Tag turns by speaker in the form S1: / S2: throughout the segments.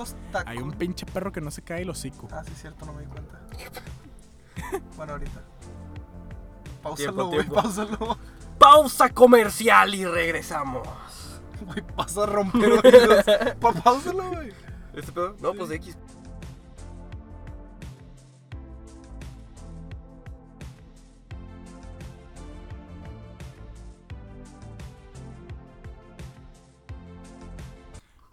S1: los tacos.
S2: Hay un pinche perro que no se cae el hocico.
S1: Ah, sí, cierto, no me di cuenta. bueno, ahorita. Páusalo,
S3: Tiempo,
S1: güey,
S3: tiempo.
S1: páusalo.
S3: Pausa comercial y regresamos.
S1: Güey, vas a romper oídos. Pa- Páusalo, güey.
S3: ¿Este pedo? No, pues X.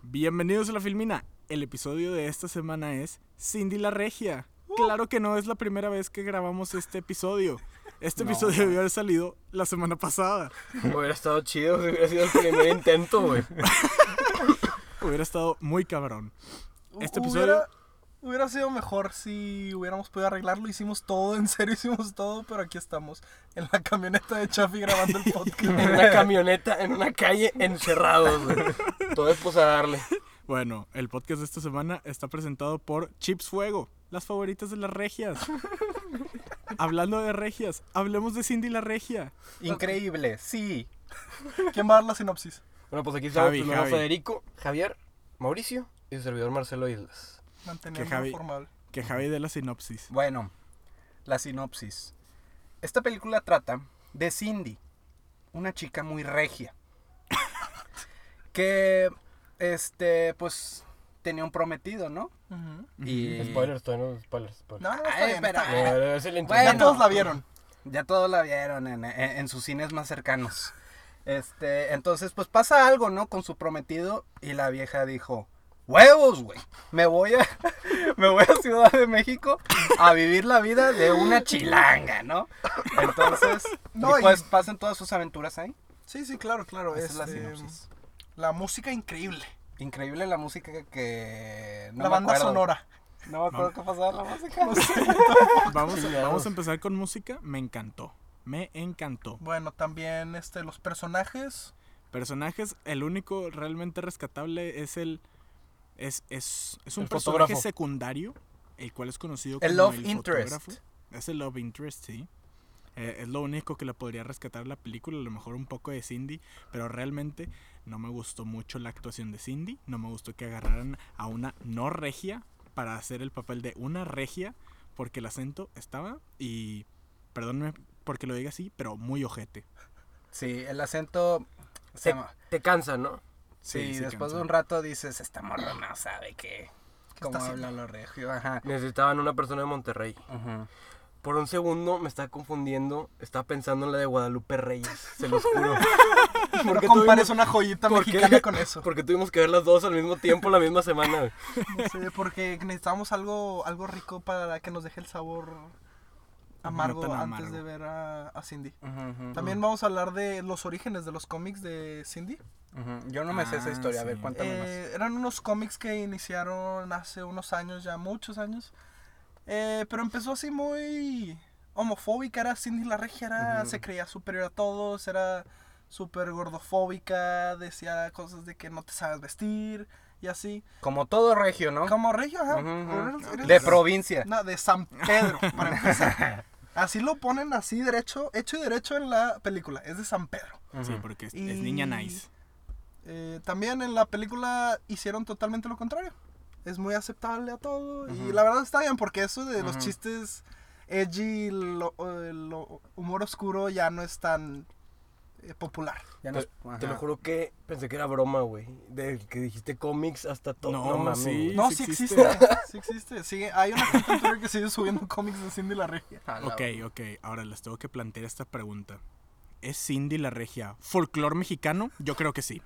S2: Bienvenidos a la Filmina. El episodio de esta semana es Cindy la Regia. Claro que no es la primera vez que grabamos este episodio. Este
S3: No.
S2: episodio debió haber salido la semana pasada.
S3: Hubiera estado chido si hubiera sido el primer intento, güey.
S2: Hubiera estado muy cabrón. Este
S1: Hu-
S2: episodio-
S1: Hubiera, hubiera sido mejor si hubiéramos podido arreglarlo. Hicimos todo, en serio hicimos todo, pero aquí estamos. En la camioneta de Chafi grabando el
S3: En una
S1: podcast.
S3: camioneta, en una calle, encerrados, güey. Todo es pues a darle.
S2: Bueno, el podcast de esta semana está presentado por Chips Fuego, las favoritas de las regias. Hablando de regias, hablemos de Cindy la Regia.
S1: Increíble, sí. ¿Quién va a dar la sinopsis?
S3: Bueno, pues aquí estamos
S2: Javi,
S3: primero
S2: Javi.
S3: Federico, Javier, Mauricio y su servidor Marcelo Islas.
S1: Mantenerlo
S2: Que Javi-
S1: formal.
S2: Que Javi de la sinopsis.
S4: Bueno, la sinopsis. Esta película trata de Cindy, una chica muy regia, que, este, pues, tenía un prometido, ¿no?
S1: Ujú.
S4: Y...
S3: Spoilers, todavía no spoilers. spoilers.
S1: No, no, está
S4: Ay,
S1: bien, está
S4: espera.
S1: bien.
S3: No, es el intento.
S4: Bueno.
S1: Ya todos la vieron.
S4: Ya todos la vieron en, en- en sus cines más cercanos. Este, entonces, pues pasa algo, ¿no? Con su prometido y la vieja dijo, huevos, güey, me voy a, me voy a Ciudad de México a vivir la vida de una chilanga, ¿no? Entonces,
S1: No,
S4: no,
S1: y-
S4: pues pasan todas sus aventuras ahí.
S1: Sí, sí, claro, claro.
S4: Esa es la
S1: este,
S4: sinopsis.
S1: La música increíble.
S4: Increíble la música que...
S1: la
S4: no me
S1: banda
S4: acuerdo.
S1: sonora.
S4: No me acuerdo qué pasaba en la música.
S2: Vamos a,
S3: Chingados.
S2: vamos a empezar con música. Me encantó. Me encantó.
S1: Bueno, también este, los personajes.
S2: Personajes, el único realmente rescatable es el. Es, es, es un
S3: El
S2: personaje
S3: fotógrafo.
S2: secundario, el cual es conocido como
S4: El love interest.
S2: fotógrafo. Es el Love Interest, sí. Eh, es lo único que le podría rescatar la película, a lo mejor un poco de Cindy, pero realmente no me gustó mucho la actuación de Cindy. No me gustó que agarraran a una no regia para hacer el papel de una regia, porque el acento estaba, y perdónme porque lo diga así, pero muy ojete.
S4: Sí, el acento...
S3: Te,
S4: Se llama-
S3: te cansa, ¿no?
S4: Eh, Sí,
S2: sí
S4: después
S2: cansa.
S4: de un rato dices, esta morra no sabe qué. ¿Cómo
S1: está
S4: habla lo regio? Ajá.
S3: Necesitaban una persona de Monterrey.
S4: Ujú.
S3: Por un segundo me estaba confundiendo. Estaba pensando en la de Guadalupe Reyes, se los
S1: No
S3: juro. ¿Por qué
S1: compares
S3: tuvimos-
S1: una joyita
S3: por qué?
S1: mexicana con eso.
S3: Porque tuvimos que ver las dos al mismo tiempo, la misma semana. güey.
S1: No sé, porque necesitábamos algo, algo rico para que nos deje el sabor amargo
S2: No tan
S1: antes
S2: amargo.
S1: de ver a, a Cindy.
S4: Ujú, ujú,
S1: También vamos a hablar de los orígenes de los cómics de Cindy.
S4: ujú. Yo no me sé esa
S2: Ah,
S4: historia, a ver,
S2: sí.
S4: cuéntame
S1: Eh, eran unos cómics que iniciaron hace unos años, ya muchos años. Eh, pero empezó así muy homofóbica, era Cindy la Regia, era- se creía superior a todos, era súper gordofóbica, decía cosas de que no te sabes vestir y así.
S4: más. Como todo regio, ¿no?
S1: Como Regio, ajá.
S4: Ujú, ujú.
S1: Eres- eres-
S4: De provincia.
S1: No, de San Pedro, para empezar. Así lo ponen así derecho, hecho y derecho en la película, es de San Pedro.
S2: Sí,
S4: Ujú.
S2: porque es, es niña
S1: Y-
S2: nice.
S1: Eh, también en la película hicieron totalmente lo contrario. Es muy aceptable a todo. Y
S4: Ujú.
S1: la verdad está bien, porque eso de los
S4: Ujú.
S1: chistes edgy, lo, eh, lo- humor oscuro ya no es tan eh, popular.
S3: Te,
S4: Ya nos-
S3: te lo
S4: ajá.
S3: juro que pensé que era broma, güey. Del que dijiste cómics hasta todo.
S2: No, sí.
S3: güey.
S1: No,
S2: sí
S1: sí,
S2: existe.
S1: existe. sí existe. Sigue- hay una gente en Twitter que sigue subiendo cómics de Cindy la Regia.
S4: A la-
S2: Ok, ok, ahora les tengo que plantear esta pregunta. ¿Es Cindy la regia folclor mexicano? Yo creo que sí.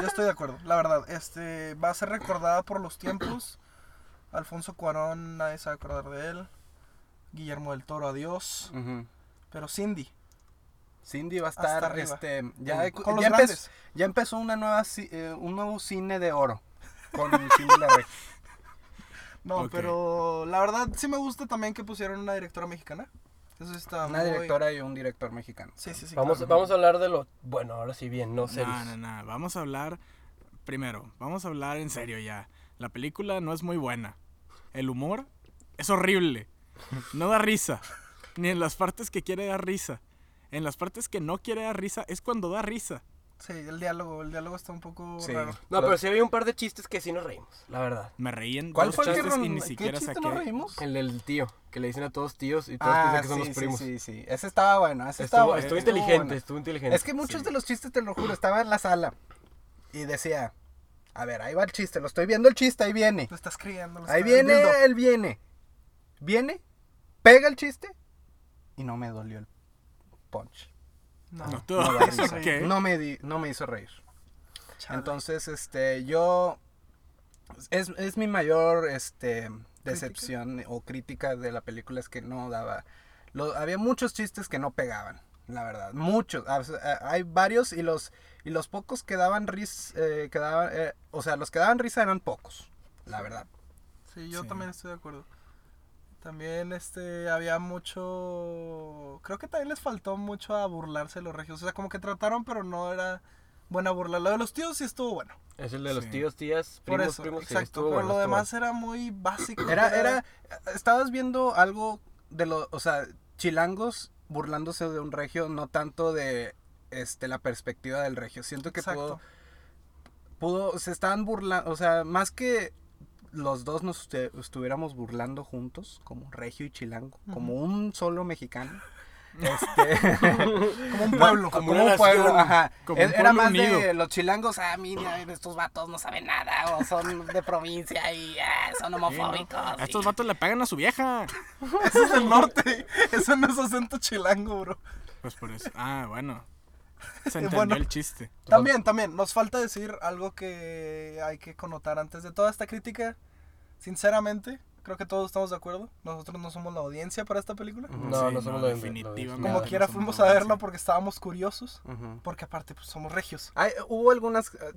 S1: Yo estoy de acuerdo, la verdad. Este, va a ser recordada por los tiempos. Alfonso Cuarón, nadie se va a acordar de él. Guillermo del Toro, adiós.
S4: Ujú.
S1: Pero Cindy,
S4: Cindy va a
S1: Hasta
S4: estar,
S1: arriba.
S4: este,
S1: Con-
S4: ya,
S1: con
S4: ya
S1: los
S4: empezó-
S1: grandes.
S4: ya empezó una nueva, ci- eh, un nuevo cine de oro con Cindy la Regia.
S1: No,
S2: Ok.
S1: pero la verdad sí me gusta también que pusieron una directora mexicana. Eso sí está
S4: Una
S1: muy-
S4: directora y un director mexicano.
S1: Sí, sí, sí.
S3: Vamos,
S1: claro.
S3: vamos a hablar de lo. Bueno, ahora sí, bien, no sé.
S2: No, no, no. Vamos a hablar. Primero, vamos a hablar en serio ya. La película no es muy buena. El humor es horrible. No da risa. Ni en las partes que quiere dar risa. En las partes que no quiere dar risa es cuando da risa.
S1: Sí, el diálogo, el diálogo está un poco
S4: Sí.
S1: raro.
S3: No, pero sí había un par de chistes que sí nos reímos, la verdad.
S2: Me reí en
S4: ¿Cuál
S2: dos
S4: fue el que
S2: chistes
S4: ron-
S2: y ni
S4: ¿qué
S2: siquiera
S4: chiste
S2: saqué.
S4: nos reímos?
S3: El del tío, que le dicen a todos tíos y todos
S4: Ah,
S3: piensan que son
S4: sí,
S3: los
S4: sí,
S3: primos.
S4: sí, sí. Ese estaba bueno, ese estaba
S3: Estuvo,
S4: bueno,
S3: estuvo
S4: estuvo
S3: inteligente,
S4: bueno.
S3: estuvo inteligente.
S4: Es que muchos de los chistes, te lo juro, estaba en la sala y decía, a ver, ahí va el chiste, lo estoy viendo el chiste, ahí viene.
S1: Lo estás criando. lo
S4: Ahí
S1: estás
S4: viene,
S1: viendo.
S4: él viene. Viene, pega el chiste y no me dolió el punch.
S1: No,
S2: No,
S1: no,
S2: todo
S4: No,
S2: eso
S1: sí.
S2: qué.
S4: No me, di- no me hizo reír.
S1: chale.
S4: Entonces, este, yo... Es, es mi mayor este, decepción o crítica de la película es que no daba... lo- había muchos chistes que no pegaban, la verdad. Muchos. A- a- Hay varios y los, y los pocos que daban risa... eh, que daban, eh, o sea, los que daban risa eran pocos, la verdad.
S1: Sí, yo
S2: Sí.
S1: también estoy de acuerdo. También este había mucho creo que también les faltó mucho a burlarse de los regios, o sea, como que trataron pero no era buena burla. Lo de los tíos sí estuvo bueno.
S3: Es el de los
S2: Sí.
S3: tíos, tías,
S1: Por
S3: primos,
S1: eso,
S3: primos. sí,
S1: exacto,
S3: estuvo
S1: pero
S3: bueno,
S1: lo
S3: estuvo
S1: demás era muy básico.
S4: Era, era, estabas viendo algo de los, o sea, chilangos burlándose de un regio, no tanto de este la perspectiva del regio. Siento que
S1: Exacto.
S4: pudo, pudo, se estaban burlando, o sea, más que los dos nos estu- estuviéramos burlando juntos, como regio y chilango, como un solo mexicano.
S1: como un pueblo.
S3: como
S4: Como
S3: una
S4: un pueblo,
S3: nación,
S4: ajá.
S2: como
S4: Es-
S2: un
S4: Era
S2: pueblo
S4: más de
S2: unido.
S4: los chilangos, ah, mira, estos vatos no saben nada, o son de provincia y ah, son
S2: Sí, ¿no?
S4: homofóbicos.
S2: A
S4: y-
S2: estos vatos le pagan a su vieja.
S1: Eso es el norte. Eso no es acento chilango, bro.
S2: Pues por eso. Ah, bueno. Se entendió
S1: Bueno.
S2: el chiste.
S1: También, también, nos falta decir algo que hay que connotar antes de toda esta crítica. Sinceramente, creo que todos estamos de acuerdo. Nosotros no somos la audiencia para esta película.
S3: bueno. No,
S2: Sí,
S3: no somos lo de- lo de-
S2: definitivamente.
S1: Como
S2: no
S1: quiera
S2: somos
S1: fuimos
S2: la
S1: a verla
S2: audiencia.
S1: porque estábamos curiosos.
S4: Ujú.
S1: Porque aparte, pues somos regios.
S4: Hay- hubo algunas. eh,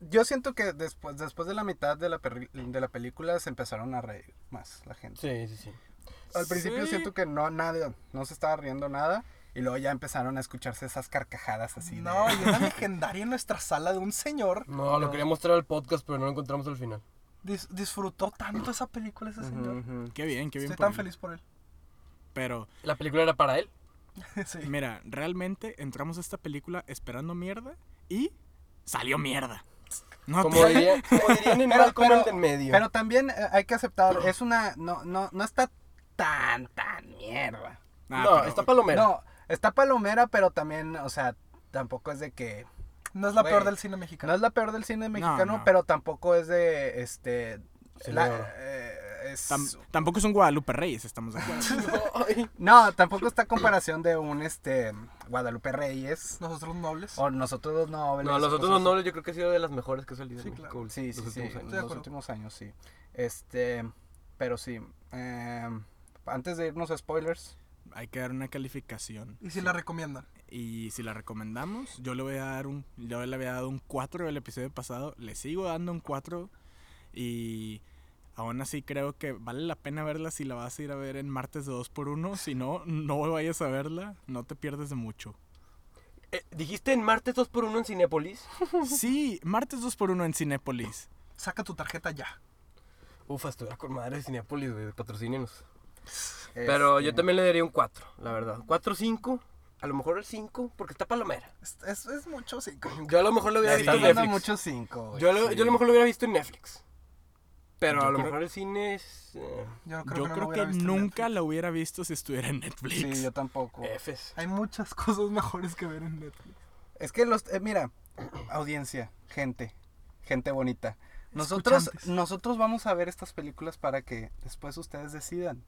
S4: Yo siento que después, después de la mitad de la, perri- de la película se empezaron a reír más la gente.
S3: Sí, sí, sí.
S4: Al principio
S2: Sí.
S4: siento que no, nadie, no se estaba riendo nada. Y luego ya empezaron a escucharse esas carcajadas así. de-
S1: no, y una legendaria en nuestra sala de un señor.
S3: No, lo quería mostrar al podcast, pero no lo encontramos al final.
S1: Dis- disfrutó tanto esa película ese señor.
S4: Ujú.
S2: Qué bien, qué bien.
S1: Estoy
S2: por
S1: tan
S2: él.
S1: feliz por él.
S2: Pero,
S3: ¿La película era para él?
S1: sí.
S2: mira, realmente entramos a esta película esperando mierda y salió mierda. No,
S3: Como
S2: te-
S3: diría, como dirían en Mortal Kombat en medio.
S4: Pero también eh, hay que aceptar, es una. No, no, no está tan, tan mierda.
S2: Ah,
S3: no,
S2: pero-
S3: está palomera.
S4: No, está palomera, pero también, o sea, tampoco es de que.
S1: No es la
S4: Güey.
S1: peor del cine
S4: No
S1: mexicano.
S4: es la peor del cine mexicano,
S2: no.
S4: pero tampoco es de este.
S3: Sí,
S4: la-
S3: no.
S4: eh, es-
S2: tam- tampoco es un Guadalupe Reyes, estamos de acuerdo.
S3: Ay,
S4: No, tampoco está comparación de un este Guadalupe Reyes
S1: Nosotros nobles.
S4: o nosotros los nobles.
S3: No, los otros
S4: cosas
S3: dos nobles yo creo que ha sido de las mejores que ha salido
S1: Sí,
S3: en
S1: claro.
S3: México
S4: así. Sí, sí,
S3: los últimos
S4: sí.
S1: de
S3: años.
S4: los
S1: acuerdo.
S4: últimos años, sí. Este, pero sí. eh, antes de irnos a spoilers.
S2: Hay que dar una calificación.
S1: Y si la recomiendan.
S2: Y si la recomendamos, yo le voy a dar un. Yo le había dado un 4 del episodio pasado. Le sigo dando un 4. Y aún así creo que vale la pena verla si la vas a ir a ver en martes de 2x1. Si no, no vayas a verla. No te pierdes de mucho.
S3: Eh, ¿Dijiste en martes 2x1 en Cinepolis?
S2: Sí, martes 2x1 en Cinépolis.
S1: Saca tu tarjeta ya.
S3: Ufa, estuviera con madre de Cinepolis, güey, patrocínenos. Pero
S4: Este.
S3: yo también le daría un 4, la verdad. 4, 5, a lo mejor el 5, porque está palomera.
S1: Es, es, es mucho, sí. creo.
S3: Yo a lo mejor lo hubiera
S4: Le
S3: visto
S4: estás
S3: en
S4: dando
S3: Netflix.
S4: mucho cinco. güey.
S3: Yo, a lo, yo a lo mejor lo hubiera visto en Netflix. Pero
S2: Yo
S3: a lo
S2: creo-
S3: mejor el cine es... eh,
S1: Yo creo
S2: Yo
S1: que, no la
S2: creo que,
S1: hubiera visto en
S2: nunca
S1: Netflix.
S2: la hubiera visto si estuviera en Netflix.
S4: Sí, yo tampoco.
S3: Fs.
S1: Hay muchas cosas mejores que ver en Netflix.
S4: Es que los, eh, mira, audiencia, gente, gente bonita. Nosotros,
S1: Escuchantes.
S4: nosotros vamos a ver estas películas para que después ustedes decidan.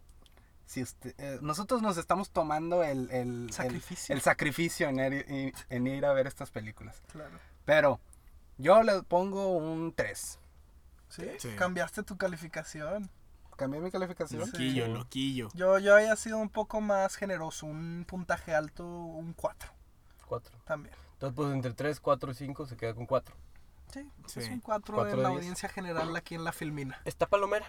S4: Si usted- eh, nosotros nos estamos tomando el, el- el-
S1: Sacrificio.
S4: el sacrificio en, er- i- en ir a ver estas películas.
S1: Claro.
S4: Pero yo le pongo un 3.
S1: ¿Sí?
S2: Sí.
S1: Cambiaste tu calificación.
S4: Cambié mi calificación.
S2: Loquillo,
S1: Sí.
S2: loquillo.
S1: Yo, yo había sido un poco más generoso, un puntaje alto, un 4
S3: 4.
S1: también.
S3: Entonces, pues entre 3, 4 y 5 se queda con 4.
S1: Sí,
S2: Sí.
S1: es un 4
S3: Cuatro
S1: en la
S3: de diez.
S1: audiencia general aquí en la filmina.
S3: Está palomera.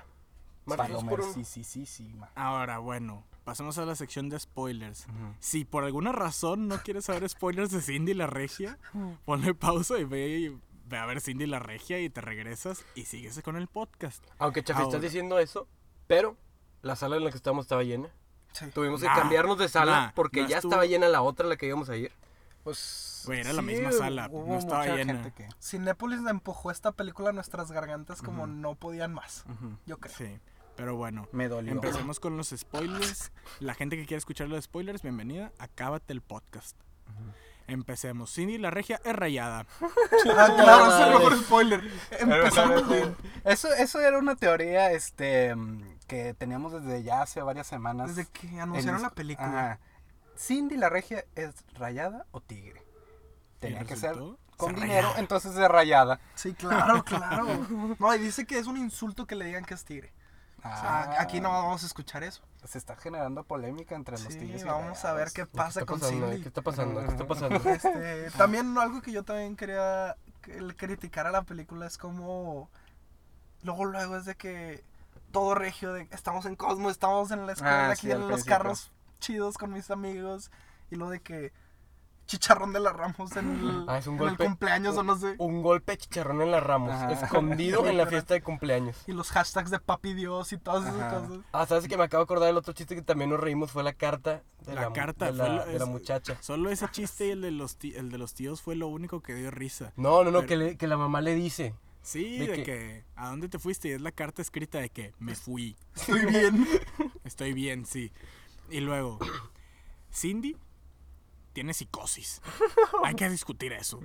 S3: Martes
S4: Palomero,
S3: 2x1.
S4: sí, sí, sí, sí, ma.
S2: Ahora, bueno, pasemos a la sección de spoilers. Si por alguna razón no quieres saber spoilers de Cindy la Regia, ponle pausa y ve, y ve a ver Cindy la Regia y te regresas y sigues con el podcast.
S3: Aunque Chafi,
S2: Ahora.
S3: estás diciendo eso, pero la sala en la que estábamos estaba llena.
S1: Sí.
S3: Tuvimos
S2: Nah,
S3: que cambiarnos de sala
S2: nah,
S3: porque
S2: no
S3: ya
S2: estuvo-
S3: estaba llena la otra a la que íbamos a ir.
S4: Pues.
S2: Güey, era la misma sala,
S4: hubo
S2: no estaba
S4: mucha
S2: llena.
S4: gente que-
S1: Cinépolis le empujó esta película a nuestras gargantas como no podían más.
S2: Ujú.
S1: Yo creo.
S2: Sí, pero bueno.
S4: Me dolió.
S2: Empecemos con los spoilers. La gente que quiera escuchar los spoilers, bienvenida. Acábate el podcast. Empecemos. Cindy la regia es rayada.
S1: Ah, claro, es el
S4: madre.
S1: mejor spoiler. Empezamos.
S4: Eso, eso era una teoría este, mm, que teníamos desde ya hace varias semanas.
S1: Desde que
S4: en
S1: anunciaron
S4: dis-
S1: la película.
S4: Ajá. ¿Cindy la regia es rayada o tigre? Tenía
S2: Y
S4: que ser
S2: resultó
S4: con
S2: ser
S4: dinero,
S2: rayada.
S4: entonces de rayada.
S1: Sí, claro, claro. No, y dice que es un insulto que le digan que es tigre. O sea,
S4: Ah,
S1: aquí no vamos a escuchar eso.
S4: Se está generando polémica entre los
S1: Sí,
S4: tigres y
S1: vamos a ver
S4: rayados.
S1: qué
S3: ¿Qué
S1: pasa
S3: está
S1: con
S3: pasando?
S1: Cindy.
S3: ¿Qué está pasando? ¿Qué
S2: Ah.
S3: está pasando?
S1: Este, también algo que yo también quería que- el criticar a la película es como luego luego es de que todo regio de estamos en Cosmo, estamos en la escuela
S4: Ah,
S1: aquí
S4: sí, al
S1: en los
S4: principio.
S1: carros chidos con mis amigos y lo de que chicharrón de la Ramos en el,
S3: Ah, es un
S1: en el
S3: golpe.
S1: cumpleaños o no sé
S4: Oh.
S3: Un golpe de chicharrón en las ramos,
S2: Ah.
S4: Ajá.
S3: escondido en la fiesta de cumpleaños.
S1: y los hashtags de papi Dios y todas esas
S4: Ajá.
S1: cosas.
S3: Ah, ¿sabes que me acabo de acordar del otro chiste que también nos reímos? Fue la carta de
S2: La
S3: la,
S2: carta,
S3: de la-
S2: fue lo-
S3: de la
S2: es-
S3: muchacha.
S2: Solo ese chiste y el de los, ti- el de los tíos fue lo único que dio risa.
S3: No, no, no,
S2: Pero-
S3: que, le- que la mamá le dice.
S2: Sí, de,
S3: ¿De
S2: que,
S3: qué?
S2: ¿a dónde te fuiste? Y es la carta escrita de que me fui.
S1: Estoy bien.
S2: Estoy bien, sí. Y luego, Cindy tiene psicosis. Hay que discutir eso.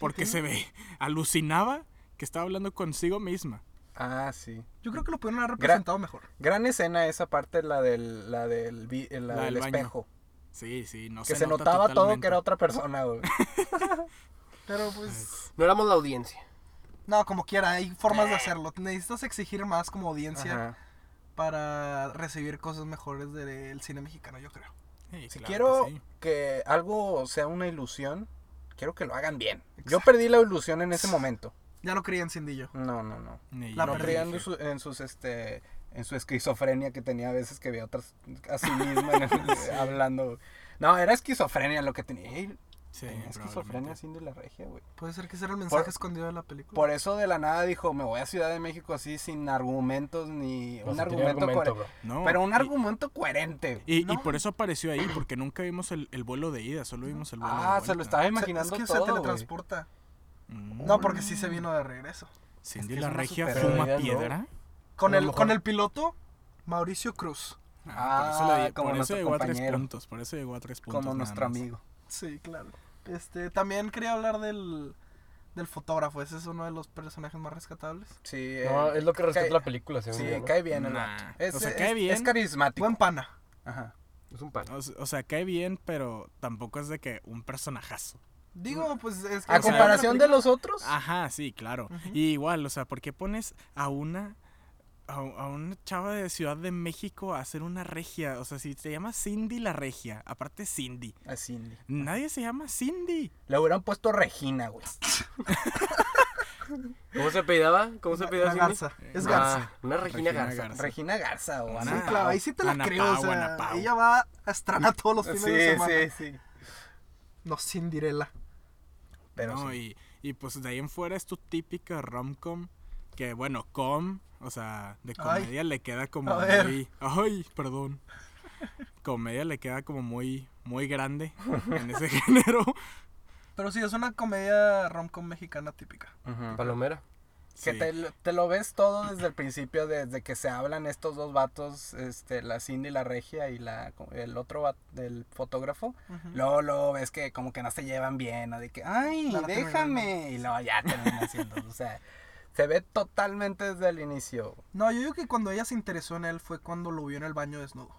S2: Porque se ve, alucinaba que estaba hablando consigo misma.
S4: Ah, sí.
S1: Yo creo que lo pudieron haber representado mejor.
S4: Gran escena esa parte, la del, la del, vi- eh, la
S2: La
S4: del
S2: del baño.
S4: espejo.
S2: Sí, sí, no
S4: que se,
S2: nota
S4: notaba todo que
S2: totalmente.
S4: era otra persona, güey.
S1: Pero pues
S3: No éramos la audiencia.
S1: no, como quiera, hay formas de hacerlo. Necesitas exigir más como audiencia.
S4: Eh. Ajá.
S1: para recibir cosas mejores del cine mexicano, yo creo.
S2: Sí,
S4: Si
S2: claro
S4: quiero
S2: que sí.
S4: que algo sea una ilusión, quiero que lo hagan bien. Yo perdí la ilusión en ese momento.
S1: Ya lo creía en Cindillo.
S4: No, no, no.
S2: Ni
S1: La
S2: yo
S4: No
S2: lo
S1: perdí.
S4: creían en,
S2: dije.
S4: su- en sus este en su esquizofrenia que tenía a veces que veía otras a sí misma en el- hablando. No, era esquizofrenia lo que tenía. Ey,
S2: Sí,
S4: tenía esquizofrenia
S2: probablemente.
S4: Cindy la regia, güey.
S1: Puede ser que ese era el mensaje
S4: Por-
S1: escondido de la película.
S4: Por eso de la nada dijo, me voy a Ciudad de México así sin argumentos ni
S3: O
S4: un
S3: sea, Pues tenía
S4: argumento,
S3: argumento,
S4: coher-
S3: bro.
S2: No,
S4: pero un
S2: y-
S4: argumento coherente.
S2: Y, y
S1: No.
S2: por eso apareció ahí, porque nunca vimos el, el vuelo de ida, solo vimos el vuelo de
S4: Ah, se lo
S2: vuelta.
S4: estaba
S1: O sea,
S4: imaginando
S1: es que
S4: todo,
S1: se
S4: güey.
S1: teletransporta.
S2: Mm.
S1: No, porque sí se vino de regreso.
S2: Cindy
S4: es
S2: la
S4: que es una
S2: regia
S4: superhéroe,
S2: fuma
S3: ya no.
S2: piedra.
S1: Con
S3: A lo
S1: el,
S3: mejor-
S1: con el piloto, Mauricio Cruz.
S2: Ah, por eso, le di-
S4: Ah, como
S2: por eso
S4: nuestro
S2: llegó a tres
S4: compañero.
S2: puntos. Por eso llegó a tres puntos.
S4: Como
S2: nada
S4: nuestro
S2: más.
S4: amigo.
S1: Sí, claro. Este, también quería hablar del, del fotógrafo. Ese es uno de los personajes más rescatables.
S4: Sí,
S3: No,
S4: eh,
S3: es lo que rescata
S4: cae-
S3: la película, según
S4: Sí,
S3: yo, ¿no?
S4: cae bien el
S2: Nah.
S4: vato. Es,
S2: O sea,
S4: es-
S2: cae bien.
S4: es carismático.
S1: Buen pana.
S4: Ajá.
S3: Es un pan.
S2: O, s- o sea, cae bien, pero tampoco es de que un personajazo.
S1: Digo,
S4: Mm.
S1: pues es que...
S4: A
S2: o sea,
S4: comparación de los otros,
S2: Ajá, sí, claro.
S1: Ujú.
S2: Y igual, o sea, ¿por qué pones a una. A, a una chava de Ciudad de México a hacer una regia? O sea, si se llama Cindy la regia, aparte Cindy.
S4: a Cindy.
S2: Nadie se llama Cindy.
S4: Le hubieran puesto Regina, güey.
S3: ¿Cómo se apellidaba? ¿Cómo se
S1: La-
S3: apellidaba?
S1: la
S3: Cindy?
S1: Garza. Es
S3: Ah,
S1: Garza.
S3: una Regina,
S2: Regina
S3: Garza.
S2: Garza.
S4: Regina Garza o
S1: Sí,
S4: Ana.
S1: claro, ahí sí te la
S2: Ana
S1: creo. o
S2: Pau,
S1: sea,
S2: Ana Pau.
S1: ella va a estrana todos los fines de semana.
S4: Sí, sí, sí.
S1: No, Cinderella.
S4: Pero
S2: no,
S4: sí.
S2: y, y pues de ahí en fuera es tu típica rom-com. Que bueno, com, o sea, de
S1: Ay.
S2: comedia le queda como
S1: A ver.
S2: muy. Ay, perdón. Comedia le queda como muy, muy grande en ese género.
S1: Pero sí, es una comedia rom-com mexicana típica.
S3: Palomera.
S4: Que
S2: Sí.
S4: te, te lo ves todo desde el principio, desde que se hablan estos dos vatos, este, la Cindy, la regia y la el otro vato, el fotógrafo.
S1: Ujú.
S4: Luego, luego ves que como que no se llevan bien, o de que, ay,
S1: Van a terminar
S4: déjame. Y luego ya terminan haciendo. o sea, se ve totalmente desde el inicio.
S1: No, yo digo que cuando ella se interesó en él fue cuando lo vio en el baño desnudo.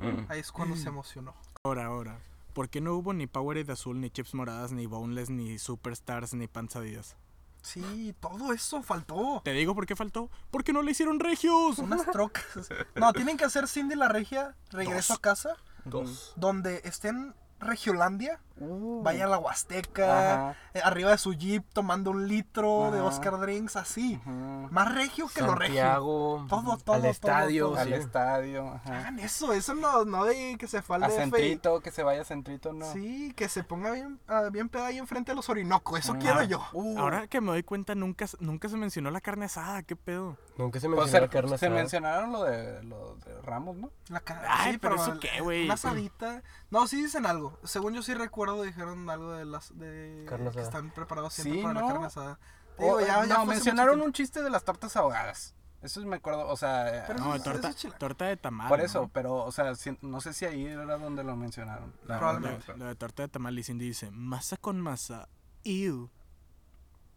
S2: Mm.
S1: Ahí es cuando se emocionó.
S2: Ahora, ahora. ¿Por qué no hubo ni Powerade azul, ni chips moradas, ni boneless, ni superstars, ni panzadillas?
S1: Sí, todo eso faltó.
S2: Te digo por qué faltó. Porque no le hicieron regios.
S1: Unas trocas. No, tienen que hacer Cindy la regia, regreso
S2: Dos.
S1: a casa,
S3: Dos.
S1: donde estén Regiolandia,
S4: Uh.
S1: vaya a la Huasteca,
S4: Ajá.
S1: eh, arriba de su jeep tomando un litro de
S4: Ajá.
S1: Oscar Drinks, así.
S4: Ujú.
S1: Más regio que lo regio.
S3: Santiago.
S1: Todo, todo,
S3: Al
S1: todo,
S3: estadio.
S1: todo.
S4: Al
S3: Oh, sí.
S4: estadio. Ajá.
S1: Hagan eso, eso no, no Ah, de que se fue al
S4: A
S1: DF y-
S4: centrito, que se vaya a centrito, ¿no?
S1: Sí, que se ponga bien, ah, bien peda ahí enfrente de los Orinoco, eso
S4: Ah.
S1: quiero yo.
S4: Uh.
S2: Ahora que me doy cuenta, nunca, nunca se mencionó la carne asada. ¿Qué pedo?
S3: Nunca se
S4: Pues
S3: mencionó
S4: se,
S3: la carne
S4: se
S3: asada.
S4: mencionaron lo de, lo de Ramos, ¿no?
S1: La ca-
S2: Ay, pero eso
S1: la-
S2: qué, güey.
S1: Una asadita. No, sí dicen algo. Según yo sí acuerdo dijeron algo de las de
S3: Carne
S1: que
S3: asada.
S1: están preparados siempre
S4: Sí,
S1: para
S4: ¿no?
S1: la carne asada.
S2: Oh,
S1: Te digo,
S4: O- eh,
S2: eh,
S1: ya- ya fue hace
S4: no,
S1: mucho
S4: mencionaron
S1: tiempo.
S4: un chiste de las tortas ahogadas. Eso me acuerdo, o sea,
S1: Pero
S2: No,
S1: eso es-
S2: torta,
S1: eso es chilango.
S2: torta de tamal.
S4: por
S2: ¿no?
S4: eso, pero, o sea, si- no sé si ahí era donde lo mencionaron. La-
S1: Probablemente.
S2: La, la de torta de tamal y Cindy dice, masa con masa. Ew.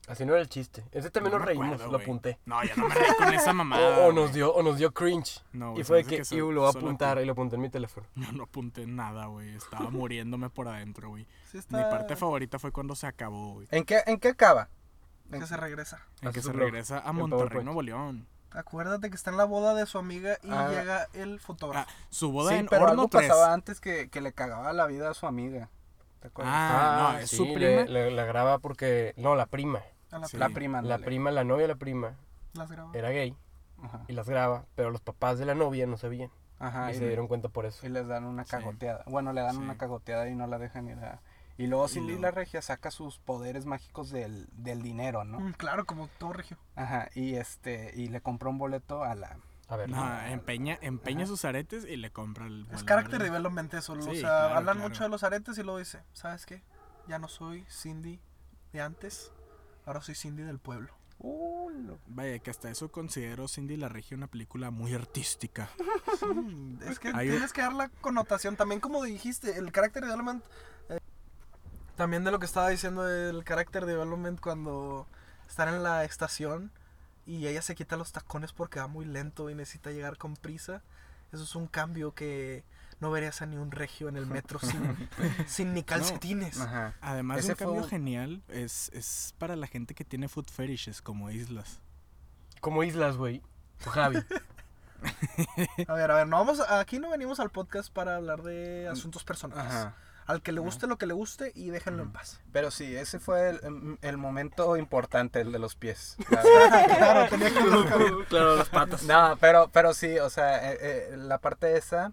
S3: Así no era el chiste. Ese también
S2: No
S3: nos
S2: me
S3: reímos,
S2: acuerdo,
S3: lo
S2: güey.
S3: apunté. Oh,
S2: No, ya no me reí con esa mamada.
S3: O, o nos
S2: güey.
S3: dio, o nos dio cringe.
S2: No, güey,
S3: y
S2: se
S3: fue
S2: me hace
S3: que,
S2: que so-
S3: "Iu, lo voy a
S2: solo
S3: apuntar y lo apunté en mi teléfono.
S2: No, no apunté nada, güey. Estaba muriéndome por adentro, güey.
S1: Sí está-
S2: Mi parte favorita fue cuando se acabó, güey.
S4: ¿En qué, ¿En qué acaba?
S1: que se regresa.
S2: En
S3: Hace
S2: que
S3: su
S2: se
S3: blog,
S2: regresa a
S3: en
S2: Monterrey,
S3: PowerPoint.
S2: Nuevo León.
S1: Acuérdate que está en la boda de su amiga y
S4: Ah.
S1: llega el fotógrafo.
S2: Ah, su boda
S4: sí,
S2: en
S4: pero
S2: horno
S4: algo
S2: 3.
S4: pasaba antes que, que le cagaba la vida a su amiga. ¿Te acuerdas?
S2: Ah, no, es
S3: sí,
S2: su
S3: le-
S2: prima.
S3: le- la graba porque. No, la prima.
S1: a la
S2: ah, sí.
S1: pla-
S4: la prima.
S3: La
S4: ándale.
S3: prima, la novia de la prima,
S1: las graba.
S3: era gay
S4: Ajá.
S3: y las graba, pero los papás de la novia no sabían.
S4: Ajá,
S3: y
S4: y,
S3: se dieron cuenta por eso.
S4: y les dan una
S2: Sí.
S4: cagoteada. Bueno, le dan
S2: Sí.
S4: una cagoteada y no la dejan ir a... Y luego Cindy
S2: luego-
S4: la Regia saca sus poderes mágicos del, del dinero, ¿no?
S1: Mm, claro, como todo regio.
S4: Ajá, y este, y le compró un boleto a la...
S3: A ver.
S2: No, empeña, empeña sus aretes y le compra el
S1: Es
S2: boleto,
S1: carácter
S2: ¿verdad?
S1: development eso. o
S2: Sí,
S1: sea,
S2: claro,
S1: hablan
S2: claro.
S1: mucho de los aretes y luego dice, ¿sabes qué? Ya no soy Cindy de antes, ahora soy Cindy del pueblo.
S2: Vaya, que hasta eso considero Cindy la Regia una película muy artística.
S1: Mm, es que
S2: Hay un-
S1: tienes que dar la connotación. También como dijiste, el carácter development... eh, también de lo que estaba diciendo del carácter development cuando están en la estación y ella se quita los tacones porque va muy lento y necesita llegar con prisa. Eso es un cambio que no verías a ni un regio en el metro sin, sin ni calcetines.
S4: Ajá.
S2: Además,
S4: Ese
S2: un cambio
S4: fue-
S2: genial es, es para la gente que tiene food fetishes como islas.
S3: Como islas, güey. O Javi.
S1: A ver, a ver, no vamos a- aquí no venimos al podcast para hablar de asuntos personales.
S4: Ajá.
S1: Al que le guste lo que le guste y déjenlo en paz.
S4: Pero sí, ese fue el, mm, el momento importante, el de los pies. la verdad.
S1: claro, tenía que
S3: claro, las patas.
S4: no, pero, pero sí, o sea, eh, eh, la parte esa,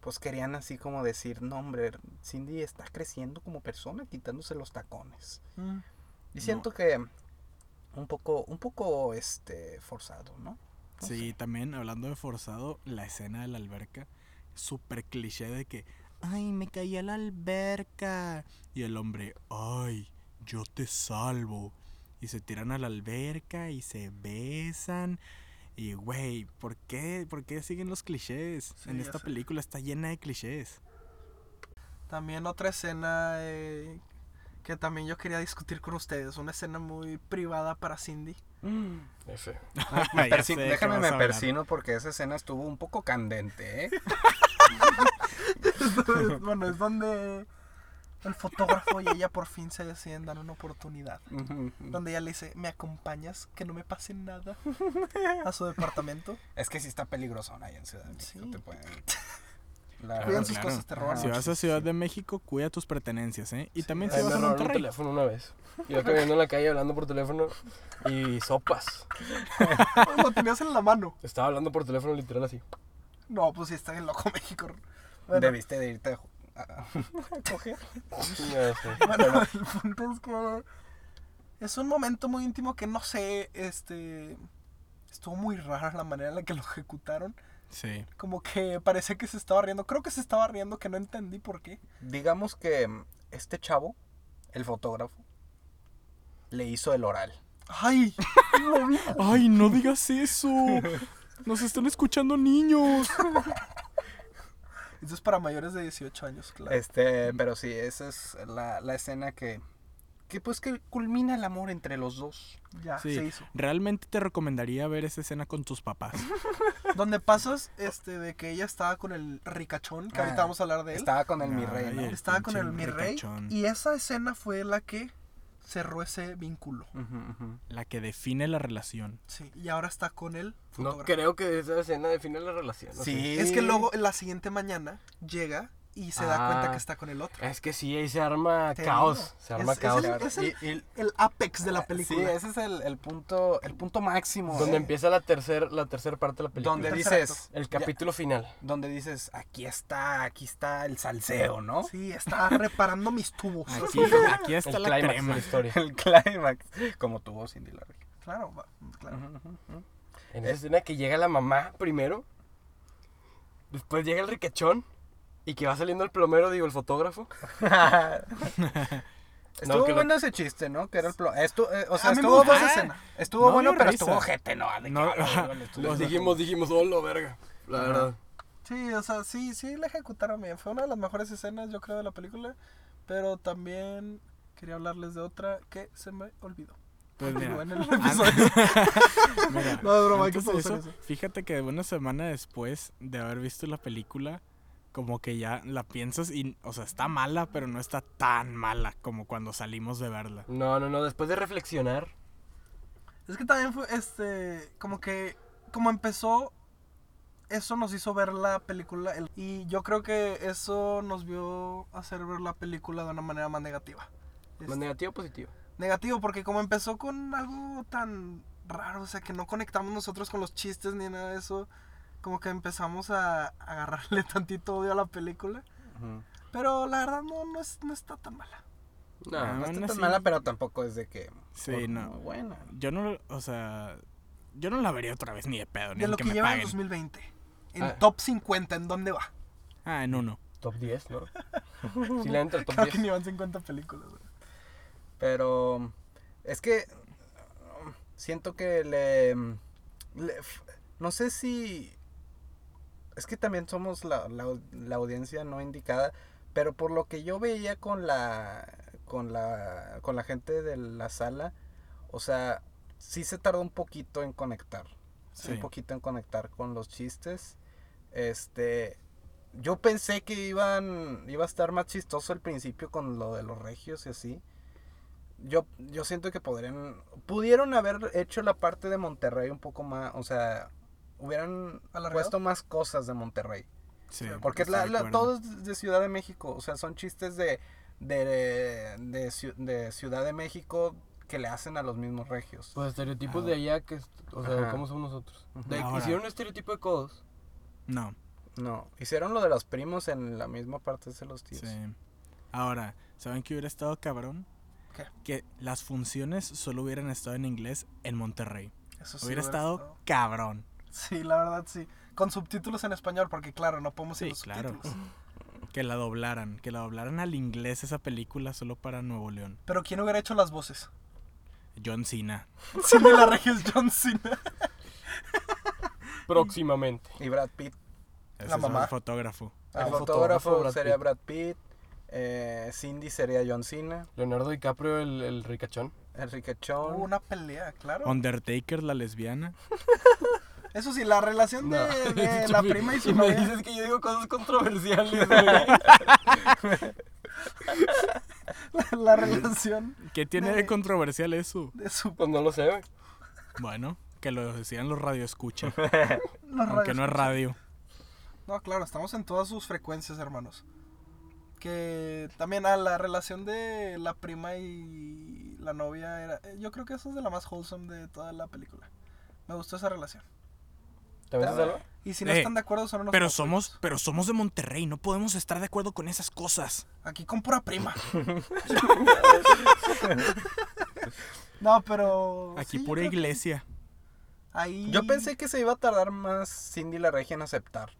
S4: pues querían así como decir, no hombre, Cindy está creciendo como persona, quitándose los tacones.
S1: Mm.
S4: Y
S2: No.
S4: siento que un poco, un poco, este, forzado, ¿no? No
S2: Sí, también hablando de forzado, la escena de la alberca, súper cliché de que, ay, me caí a la alberca. Y el hombre, ay, yo te salvo. Y se tiran a la alberca y se besan. Y, güey, ¿por qué? ¿Por qué siguen los clichés?
S1: Sí,
S2: en
S1: ya
S2: esta
S1: sé.
S2: película está llena de clichés.
S1: También otra escena eh, que también yo quería discutir con ustedes. Una escena muy privada para Cindy.
S3: Mm. F.
S4: Ah, Me
S2: Ah, Ya
S4: persi-
S2: sé de qué
S4: déjame
S2: vas a
S4: me
S2: hablar.
S4: persino porque esa escena estuvo un poco candente, ¿eh?
S1: bueno, es donde el fotógrafo y ella por fin se deciden dar una oportunidad. Donde ella le dice, ¿me acompañas? Que no me pase nada a su departamento.
S4: es que sí está peligrosona ahí en Ciudad de México,
S1: Sí.
S4: te pueden- La
S1: Cuidan
S4: verdad.
S1: sus cosas, te roban
S4: Ajá.
S2: Si
S1: mucho.
S2: vas a Ciudad de México, cuida tus pertenencias, ¿eh? Y también si
S3: Ay, me
S2: vas a
S3: robaron un
S2: Monterrey.
S3: teléfono una vez. Iba caminando en la calle hablando por teléfono y sopas.
S1: Lo tenías en la mano.
S3: Estaba hablando por teléfono literal así.
S1: No, pues sí, está bien loco México. Bueno,
S4: Debiste de irte a ju- a- a coger.
S3: Ya sé.
S1: bueno, el punto es que es un momento muy íntimo que no sé, este... Estuvo muy rara la manera en la que lo ejecutaron.
S2: Sí.
S1: Como que parecía que se estaba riendo. Creo que se estaba riendo, que no entendí por qué.
S4: Digamos que mm, este chavo, el fotógrafo, le hizo el oral.
S1: ¡Ay! lo vi.
S2: ¡Ay, no digas eso! ¡Nos están escuchando niños!
S1: Esto es para mayores de 18 años, claro.
S4: Este, pero sí, esa es la, la escena que, que pues que culmina el amor entre los dos.
S1: ya,
S2: Sí.
S1: se hizo.
S2: Realmente te recomendaría ver esa escena con tus papás.
S1: Donde pasas, este, de que ella estaba con el ricachón, que
S4: Ah,
S1: ahorita vamos a hablar de él.
S4: Estaba con el mi
S2: Ay,
S4: rey, ¿no?
S2: el
S1: estaba con el mi
S2: pinche
S1: rey.
S2: ricachón.
S1: Y esa escena fue la que cerró ese vínculo.
S4: Ujú, ujú.
S2: La que define la relación.
S1: Sí, y ahora está con él.
S3: No creo que esa escena define la relación. no sé.
S4: Sí.
S1: Es que luego la siguiente mañana llega y se da
S3: Ah.
S1: cuenta que está con el otro.
S3: Es que sí, ahí se arma
S1: Te
S3: caos.
S1: digo.
S3: Se arma
S1: Es- es
S3: caos.
S1: el-
S4: Claro,
S1: es el-
S4: y- y-
S1: El apex de la película.
S4: Sí, ese es el, el punto, el punto máximo.
S3: Donde
S4: ¿eh?
S3: empieza la tercera la tercer parte de la película.
S4: Donde
S1: El tercer
S4: dices,
S3: El
S4: ya-
S3: capítulo final.
S4: donde dices, aquí está, aquí está el salseo, ¿no?
S1: Sí, está reparando mis tubos.
S2: Aquí, aquí está
S3: el
S2: la
S3: clímax de
S2: crema.
S3: la historia.
S4: El clímax, como tuvo Cindy la Regia.
S1: Claro, va- claro.
S3: En esa escena que llega la mamá primero, después llega el ricachón Y que va saliendo el plomero, digo, el fotógrafo.
S4: Estuvo
S3: que lo-
S4: bueno ese chiste, ¿no? Que era el plo- estu- eh, o sea,
S1: A mí me
S4: estuvo,
S1: gustó
S4: bueno-
S1: esa escena.
S4: estuvo
S2: No
S4: bueno,
S2: dio
S4: pero
S2: risa.
S4: estuvo ojete, ¿no? De que,
S2: No,
S4: ah, la- la- la-
S3: Les dijimos, dijimos, oh, la verga. La verdad.
S1: Sí, o sea, sí, sí la ejecutaron bien. Fue una de las mejores escenas, yo creo, de la película. Pero también quería hablarles de otra que se me olvidó.
S2: Pues
S1: Digo,
S2: mira,
S1: en el episodio.
S2: mira,
S1: No, es broma, hay que
S2: antes de
S1: pausar
S2: eso, Fíjate que una semana después de haber visto la película, como que ya la piensas y, o sea, está mala, pero no está tan mala como cuando salimos de verla.
S3: No, no, no. Después de reflexionar,
S1: Es que también fue, este, como que, como empezó, eso nos hizo ver la película. el- y yo creo que eso nos vio hacer ver la película de una manera más negativa. Este,
S3: más negativo o positivo.
S1: negativo, porque como empezó con algo tan raro, o sea, que no conectamos nosotros con los chistes ni nada de eso, como que empezamos a agarrarle tantito odio a la película.
S4: Ujú.
S1: Pero la verdad no, no, es, no está tan mala.
S3: No,
S2: Ah,
S4: No
S2: aún
S4: está tan
S2: así-
S4: mala, pero tampoco es de que...
S2: Sí,
S4: oh,
S2: no.
S4: muy Buena.
S2: Yo no, o sea, yo no la vería otra vez ni de pedo, ni
S1: De lo
S2: aunque
S1: que
S2: me
S1: lleva en
S2: paguen.
S1: 2020. En
S3: Ah.
S1: top 50, ¿en dónde va?
S2: Ah, en uno.
S3: Top 10, ¿no? Si le entra el top
S1: Creo que
S3: 10.
S1: ni van 50 películas. güey.
S4: Pero es que um, siento que le, le- f- No sé si... Es que también somos la, la au- la audiencia no indicada, pero por lo que yo veía con la, con la, con la gente de la sala, o sea, sí se tardó un poquito en conectar. sí,
S2: Sí.
S4: un poquito en conectar con los chistes. Este, yo pensé que iban, iba a estar más chistoso al principio con lo de los regios y así. Yo, yo siento que podrían, pudieron haber hecho la parte de Monterrey un poco más, o sea, hubieran
S1: ¿Alargado?
S4: puesto más cosas de Monterrey.
S2: Sí,
S4: Porque
S2: estoy
S4: la,
S2: de
S4: la-
S2: acuerdo.
S4: todo es de Ciudad de México, o sea, son chistes de, de, de Ciu- de Ciudad de México que le hacen a los mismos regios.
S3: Pues estereotipos
S2: Ah.
S3: de allá, que, es- o sea,
S4: Ajá.
S3: ¿cómo somos nosotros?
S4: Ujú.
S3: De-
S2: Ahora.
S3: hicieron un estereotipo de codos.
S2: No,
S4: No, hicieron lo de los primos en la misma parte de los tíos.
S2: sí. Ahora, ¿saben qué hubiera estado cabrón?
S1: ¿Qué?
S2: Que las funciones solo hubieran estado en inglés en Monterrey.
S1: Eso sí
S2: Pues hubiera
S1: hubiera
S2: estado cabrón.
S1: Sí, la verdad sí. Con subtítulos en español, porque claro, no podemos ir
S2: Sí,
S1: los
S2: claro.
S1: subtítulos.
S2: Que la doblaran, que la doblaran al inglés esa película solo para Nuevo León.
S1: Pero ¿quién hubiera hecho las voces?
S2: John Cena.
S1: Sí, de la regia es John Cena.
S3: Próximamente.
S4: Y Brad Pitt.
S2: Ese
S1: La
S2: es el
S1: mamá.
S2: fotógrafo.
S4: El,
S3: El
S4: fotógrafo,
S3: fotógrafo Brad
S4: sería
S3: Pitt.
S4: Brad Pitt. eh, Cindy sería John Cena.
S3: Leonardo DiCaprio, el, el ricachón.
S4: Enrique
S1: Hubo
S4: Chon.
S1: una pelea, claro.
S2: Undertaker, la lesbiana.
S1: Eso sí, la relación de, de la prima y su
S3: me
S1: novia.
S3: dices que yo digo cosas controversiales, güey.
S1: La relación
S2: ¿Qué tiene de controversial eso?
S1: de su...
S3: Pues no lo sé, güey.
S2: Bueno, que lo decían los radioescuchas.
S1: los
S2: aunque no
S1: radios-
S2: es radio.
S1: No, claro, estamos en todas sus frecuencias, hermanos. Que también a la relación de la prima y la novia era... eh, Yo creo que eso es de la más wholesome de toda la película. Me gustó esa relación.
S3: ¿Te ves algo?
S1: Y si no
S2: Eh,
S1: están de acuerdo son unos
S2: Pero
S1: tontos.
S2: somos, pero somos de Monterrey, no podemos estar de acuerdo con esas cosas.
S1: Aquí con pura prima. no, pero.
S2: Aquí
S1: Pues sí, yo
S2: pura
S1: creo que
S2: iglesia.
S1: Ahí.
S4: Yo pensé que se iba a tardar más Cindy la Regia en aceptar.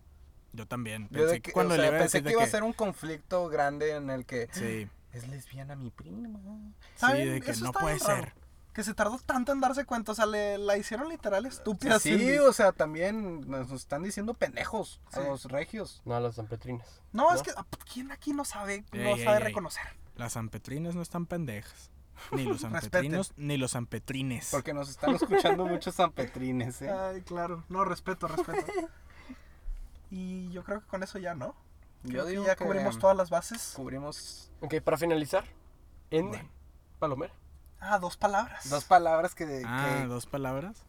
S2: Yo también.
S4: Yo de
S2: Pensé
S4: que-
S2: que
S4: o
S2: cuando
S4: sea,
S2: le iba a
S4: pensé
S2: decir
S4: que
S2: de
S4: iba a
S2: que-
S4: ser un conflicto grande en el que
S2: Sí,
S4: es lesbiana mi prima.
S2: sí,
S1: ¿Saben?
S2: de que
S1: Eso
S2: no
S1: está
S2: puede
S1: bien raro,
S2: ser.
S1: Que se tardó tanto en darse cuenta. O sea, le, la hicieron literal estúpida.
S4: Sí,
S1: Cindy.
S4: o sea, también nos están diciendo pendejos a
S1: Sí.
S4: los regios.
S3: No, las zampetrinas.
S1: No, es
S3: ¿no?
S1: que. ah, ¿Quién aquí no sabe? No
S2: Ey, ey,
S1: sabe
S2: ey.
S1: reconocer.
S2: Las ampetrinas no están pendejas. Ni los
S1: Respeten.
S2: ampetrinos, ni los ampetrines.
S4: Porque nos están escuchando muchos sanpetrines, ¿eh?
S1: Ay, claro. No, respeto, respeto. y yo creo que con eso ya, ¿no? Creo
S4: Yo
S1: que
S4: digo
S1: ya
S4: que mm,
S1: cubrimos todas las bases.
S4: Cubrimos
S3: Ok, para finalizar, Ende,
S2: Bueno.
S3: Palomera.
S1: Ah, dos palabras.
S4: dos palabras que... que-
S2: Ah, dos palabras.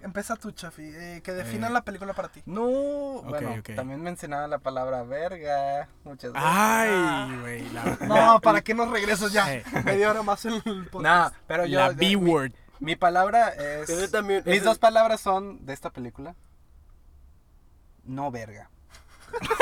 S1: Empieza tú, Chafi. eh, que definan
S2: Eh.
S1: la película para ti.
S4: No, bueno,
S2: ok.
S4: también mencionaba la palabra verga muchas veces.
S2: Ah,
S4: Ah.
S2: Ay, güey. La,
S1: No, ¿para qué nos regresas ya?
S2: Eh.
S1: Media hora más en el
S4: Nah,
S1: podcast.
S4: pero yo.
S2: la
S4: eh, mi,
S2: B-word.
S4: mi palabra es.
S3: Ese también-
S4: mis
S3: ese-
S4: dos palabras son de esta película. No verga.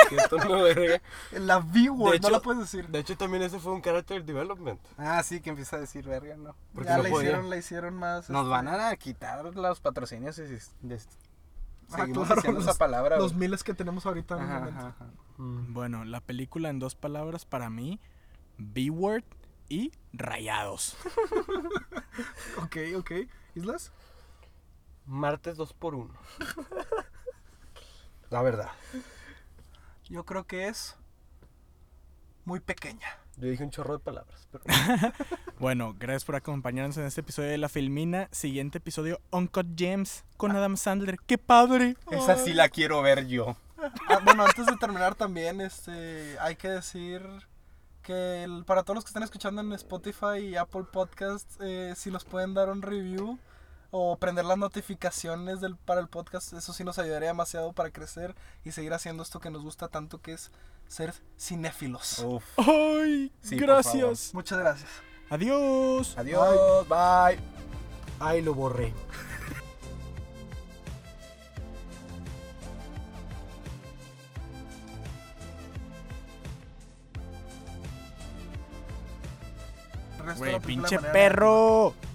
S3: Siento una verga.
S1: La
S3: De
S1: B-word, no
S3: hecho-
S1: la puedes decir.
S3: De hecho, también ese fue un character development.
S4: Ah, sí, que empieza a decir verga, ¿no?
S3: Porque
S1: Ya
S3: no
S1: la
S3: podía.
S1: hicieron, la hicieron más.
S4: Nos
S1: este,
S4: van a quitar los patrocinios. y- y- de- seguimos
S1: claro,
S4: diciendo
S1: los-
S4: esa palabra.
S1: Los
S4: güey.
S1: miles que tenemos ahorita en el
S4: Ajá,
S1: momento.
S4: ajá, ajá.
S3: Mm.
S2: Bueno, la película en dos palabras para mí, B-Word y Rayados.
S1: Ok, ok. ¿Islas?
S3: Martes 2 por 1 La verdad.
S1: Yo creo que es muy pequeña.
S3: Yo dije un chorro de palabras, pero
S2: Bueno, gracias por acompañarnos en este episodio de La Filmina. Siguiente episodio, Uncut James con Adam Sandler. ¡Qué padre!
S4: Esa sí la quiero ver yo.
S1: Ah, bueno, antes de terminar también, este, hay que decir que el- para todos los que están escuchando en Spotify y Apple Podcast, eh, si nos pueden dar un review o prender las notificaciones del, para el podcast, eso sí nos ayudaría demasiado para crecer y seguir haciendo esto que nos gusta tanto, que es ser cinéfilos.
S4: Uf.
S2: ¡Ay!
S4: Sí, por
S2: gracias.
S1: Muchas gracias.
S2: Adiós.
S4: Adiós, bye.
S3: ay lo borré.
S1: El resto de
S2: Güey,
S1: la película
S2: pinche
S1: de manera-
S2: perro.
S1: Ah,